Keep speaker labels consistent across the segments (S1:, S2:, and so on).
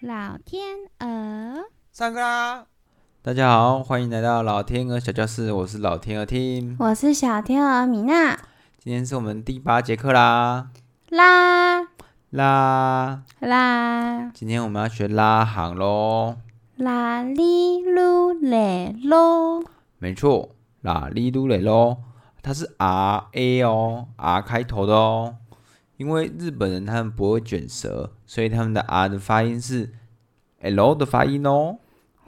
S1: 老天鹅，
S2: 上课啦！啊大家好，欢迎来到老天鹅小教室，我是老天鹅 Tim，
S1: 我是小天鹅米娜
S2: 今天是我们第八节课啦
S1: 啦
S2: 啦！
S1: 啦
S2: 今天我们要学拉行喽，
S1: 啦哩噜嘞喽，
S2: 没错，啦哩噜嘞喽，它是 R A 哦，R 开头的哦。因为日本人他们不会卷舌，所以他们的 R 的发音是 L 的发音哦。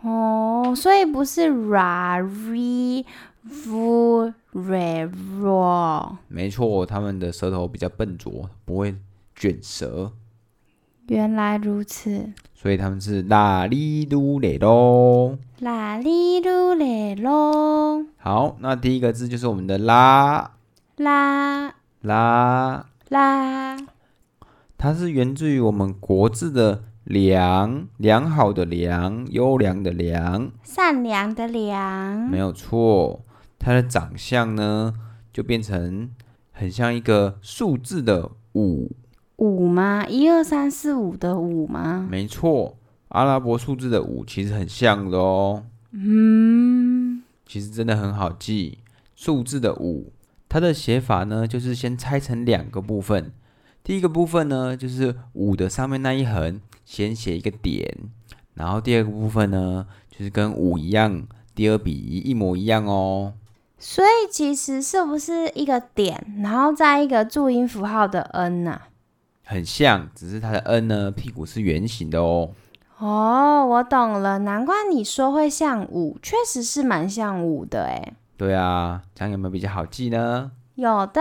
S1: 哦，所以不是 ra ri vu re ro，
S2: 没错，他们的舌头比较笨拙，不会卷舌。
S1: 原来如此。
S2: 所以他们是啦哩噜嘞喽。
S1: 啦哩噜嘞喽，
S2: 好，那第一个字就是我们的啦
S1: 啦
S2: 啦，
S1: 啦
S2: 它是源自于我们国字的良，良好的良，优良的良，
S1: 善良的良，
S2: 没有错。它的长相呢，就变成很像一个数字的五，
S1: 五吗？一二三四五的五吗？
S2: 没错，阿拉伯数字的五其实很像的哦。
S1: 嗯，
S2: 其实真的很好记。数字的五，它的写法呢，就是先拆成两个部分。第一个部分呢，就是五的上面那一横，先写一个点。然后第二个部分呢，就是跟五一样，第二笔一一模一样哦。
S1: 所以其实是不是一个点，然后再一个注音符号的 n 啊呐、
S2: 很像，只是它的 n 呢，屁股是圆形的哦。
S1: 哦，我懂了，难怪你说会像五，确实是蛮像五的诶。
S2: 对啊，这样有没有比较好记呢？
S1: 有的。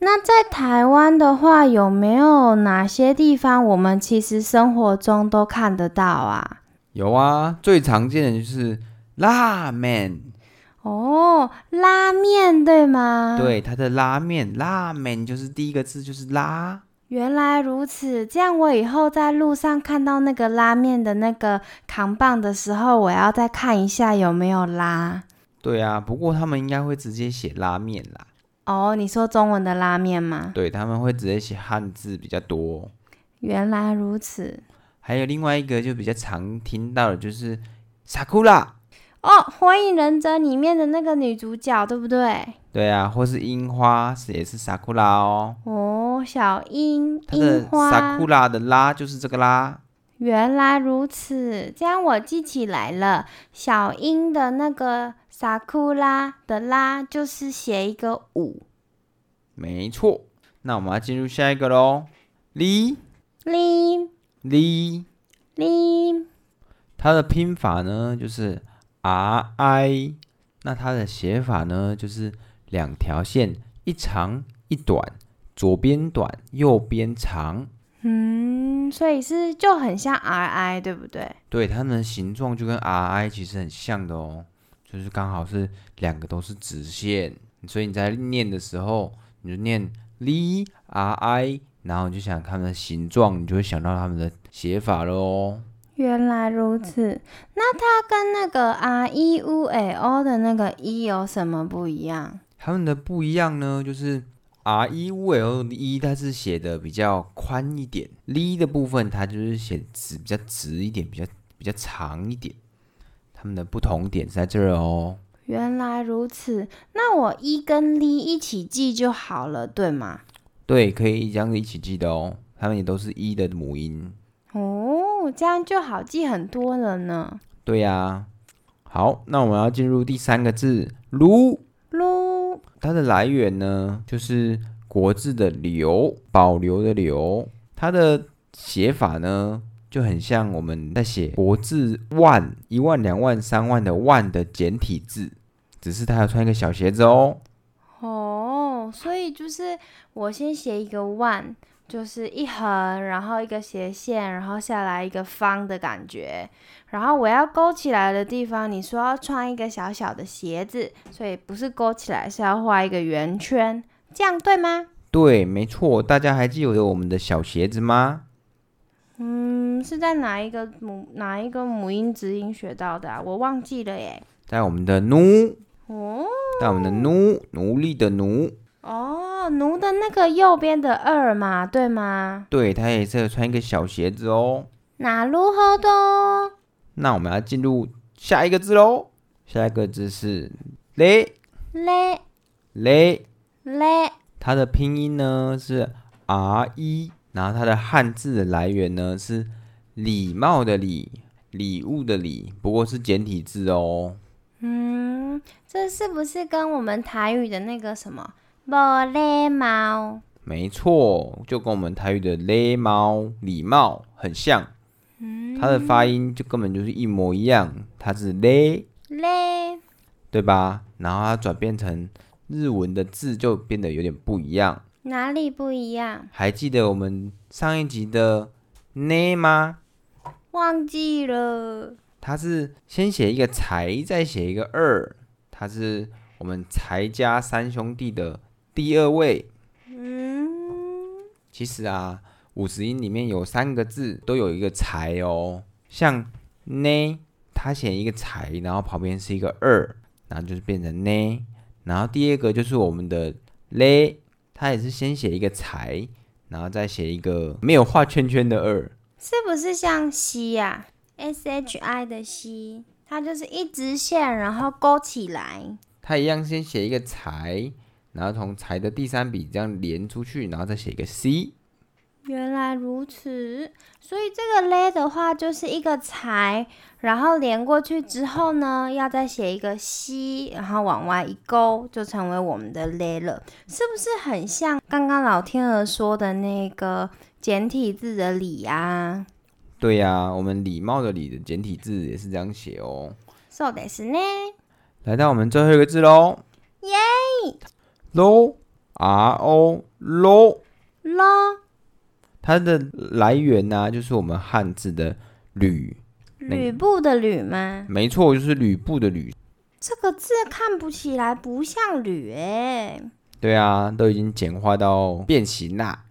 S1: 那在台湾的话，有没有哪些地方我们其实生活中都看得到啊？
S2: 有啊，最常见的就是拉面。
S1: 哦，拉面对吗？，
S2: 对，它的拉面，拉面就是第一个字就是拉，
S1: 原来如此。这样我以后在路上看到那个拉面的那个扛棒的时候，我要再看一下有没有拉。
S2: 对啊，不过他们应该会直接写拉面啦，
S1: 哦，你说中文的拉面吗？
S2: 对，他们会直接写汉字比较多。
S1: 原来如此。
S2: 还有另外一个就比较常听到的就是萨库拉，
S1: 哦，《火影忍者》里面的那个女主角，对不对？
S2: 对啊，或是樱花是也是萨库拉哦。
S1: 哦，小樱，
S2: 它
S1: 樱
S2: 的萨
S1: 花
S2: 库。拉的拉就是这个啦，
S1: 原来如此，这样我记起来了。小樱的那个萨库拉的拉，就是写一个五
S2: 没错。那我们要进入下一个喽，哩
S1: 哩
S2: 哩，
S1: 哩。
S2: 它的拼法呢就是 R I，那它的写法呢就是两条线，一长一短，左边短，右边长。
S1: 嗯，所以是就很像 R I，对不对？
S2: 对，它们的形状就跟 RI 其实很像的哦，就是刚好是两个都是直线，所以你在念的时候，你就念 L R I，然后你就想它们的形状，你就会想到它们的写法喽。
S1: 原来如此，嗯那它跟那个 R E U A O 的那个 E 有什么不一样？
S2: 它们的不一样呢，就是 R E U L 的 E 它是写的比较宽一点，L 的部分它就是写直比较直一点，比较比较长一点。它们的不同点是在这儿哦。
S1: 原来如此，那我一跟 L 一起记就好了，对吗？
S2: 对，可以这样子一起记得哦。它们也都是一、的母音。
S1: 哦，这样就好记很多了呢。
S2: 对呀、好，那我们要进入第三个字“如
S1: 噜，”，
S2: 它的来源呢就是国字的“留”，保留的“留”。它的写法呢就很像我们在写国字“万”，一万、两万、三万的“万”的简体字，只是它要穿一个小鞋子哦。
S1: 哦，所以就是我先写一个 one，就是一横，然后一个斜线，然后下来一个方的感觉。然后我要勾起来的地方，你说要穿一个小小的鞋子，所以不是勾起来，是要画一个圆圈，这样对吗？
S2: 对，没错，大家还记得我们的小鞋子吗？
S1: 嗯，是在哪一个母哪一个母音子音学到的啊？我忘记了耶。
S2: 在我们的“奴
S1: 哦”，
S2: 在我们的“奴”，奴隶的“奴”。
S1: 哦，奴的那个右边的二嘛，对吗？
S2: 对，它也是有穿一个小鞋子哦。
S1: なるほど。
S2: 那我们要进入下一个字喽。下一个字是嘞
S1: 嘞
S2: 嘞，
S1: 嘞，
S2: 它的拼音呢是 R 一，然后它的汉字的来源呢是礼貌的礼，礼物的礼，不过是简体字哦。
S1: 嗯，这是不是跟我们台语的那个什么“无礼貌
S2: 没错，就跟我们台语的礼貌礼貌很像，”？
S1: 嗯，
S2: 它的发音就根本就是一模一样，它是嘞，
S1: 嘞，
S2: 对吧？然后它转变成日文的字就变得有点不一样。
S1: 哪里不一样？
S2: 还记得我们上一集的呢吗？
S1: 忘记了。
S2: 它是先写一个才，再写一个二，它是我们才家三兄弟的第二位。
S1: 嗯，
S2: 其实啊，五十音里面有三个字都有一个才哦，像呢，它写一个才，然后旁边是一个二，然后就是变成呢。然后第二个就是我们的嘞，它也是先写一个才，然后再写一个没有画圈圈的二。
S1: 是不是像“西”呀？S H I 的“西”，它就是一直线，然后勾起来。
S2: 它一样先写一个才，然后从才的第三笔这样连出去，然后再写一个 c。
S1: 原来如此，所以这个嘞的话就是一个才，然后连过去之后呢，要再写一个西，然后往外一勾，就成为我们的嘞了，是不是很像刚刚老天鹅说的那个简体字的礼啊？
S2: 对呀、我们礼貌的礼的简体字也是这样写哦。
S1: そうですね。
S2: 来到我们最后一个字喽，
S1: 耶
S2: ，lo r o lo，
S1: 咯
S2: 它的来源呢、就是我们汉字的吕，那
S1: 吕布的吕吗？
S2: 没错，就是吕布的吕。
S1: 这个字看不起来不像吕诶、
S2: 对啊，都已经简化到变形啦。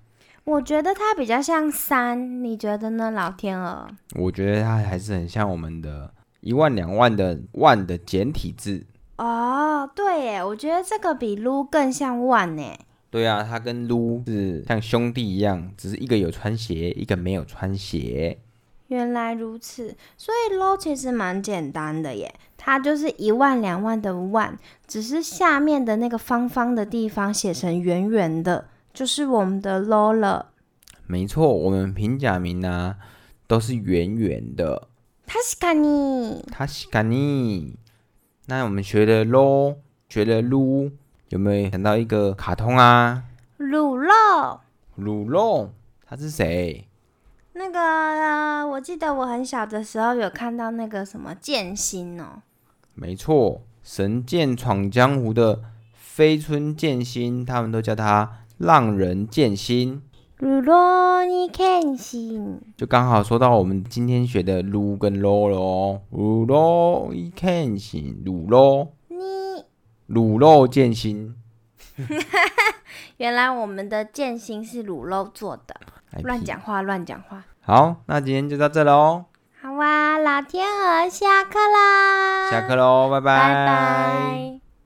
S1: 我觉得它比较像三，你觉得呢，老天鹅？
S2: 我觉得它还是很像我们的一万两万的万的简体字。
S1: 哦，对耶，我觉得这个比撸更像万呢。
S2: 对啊，他跟撸是像兄弟一样，只是一个有穿鞋，一个没有穿鞋。
S1: 原来如此，所以 low 其实蛮简单的耶，它就是一万两万的万，只是下面的那个方方的地方写成圆圆的，就是我们的 low 了。
S2: 没错，我们平假名呢、都是圆圆的。
S1: 確かに，
S2: 他西卡尼。那我们学了喽，学了撸，有没有想到一个卡通啊？
S1: 乳酪。
S2: 鲁肉，他是谁？
S1: 那个、呃我记得我很小的时候有看到那个什么剑心哦，
S2: 没错，《神剑闯江湖》的飞村剑心，他们都叫他浪人剑心。
S1: 乳酪你剑心。
S2: 就刚好说到我们今天学的撸跟喽了哦，撸喽一看行，撸喽
S1: 你
S2: 卤肉剑心，
S1: 原来我们的剑心是乳酪做的。
S2: 哎
S1: 乱
S2: 屁。
S1: 讲话，乱讲话。
S2: 好，那今天就到这喽，
S1: 好哇、啊，老天鹅下课啦！
S2: 下课喽，拜
S1: 拜拜。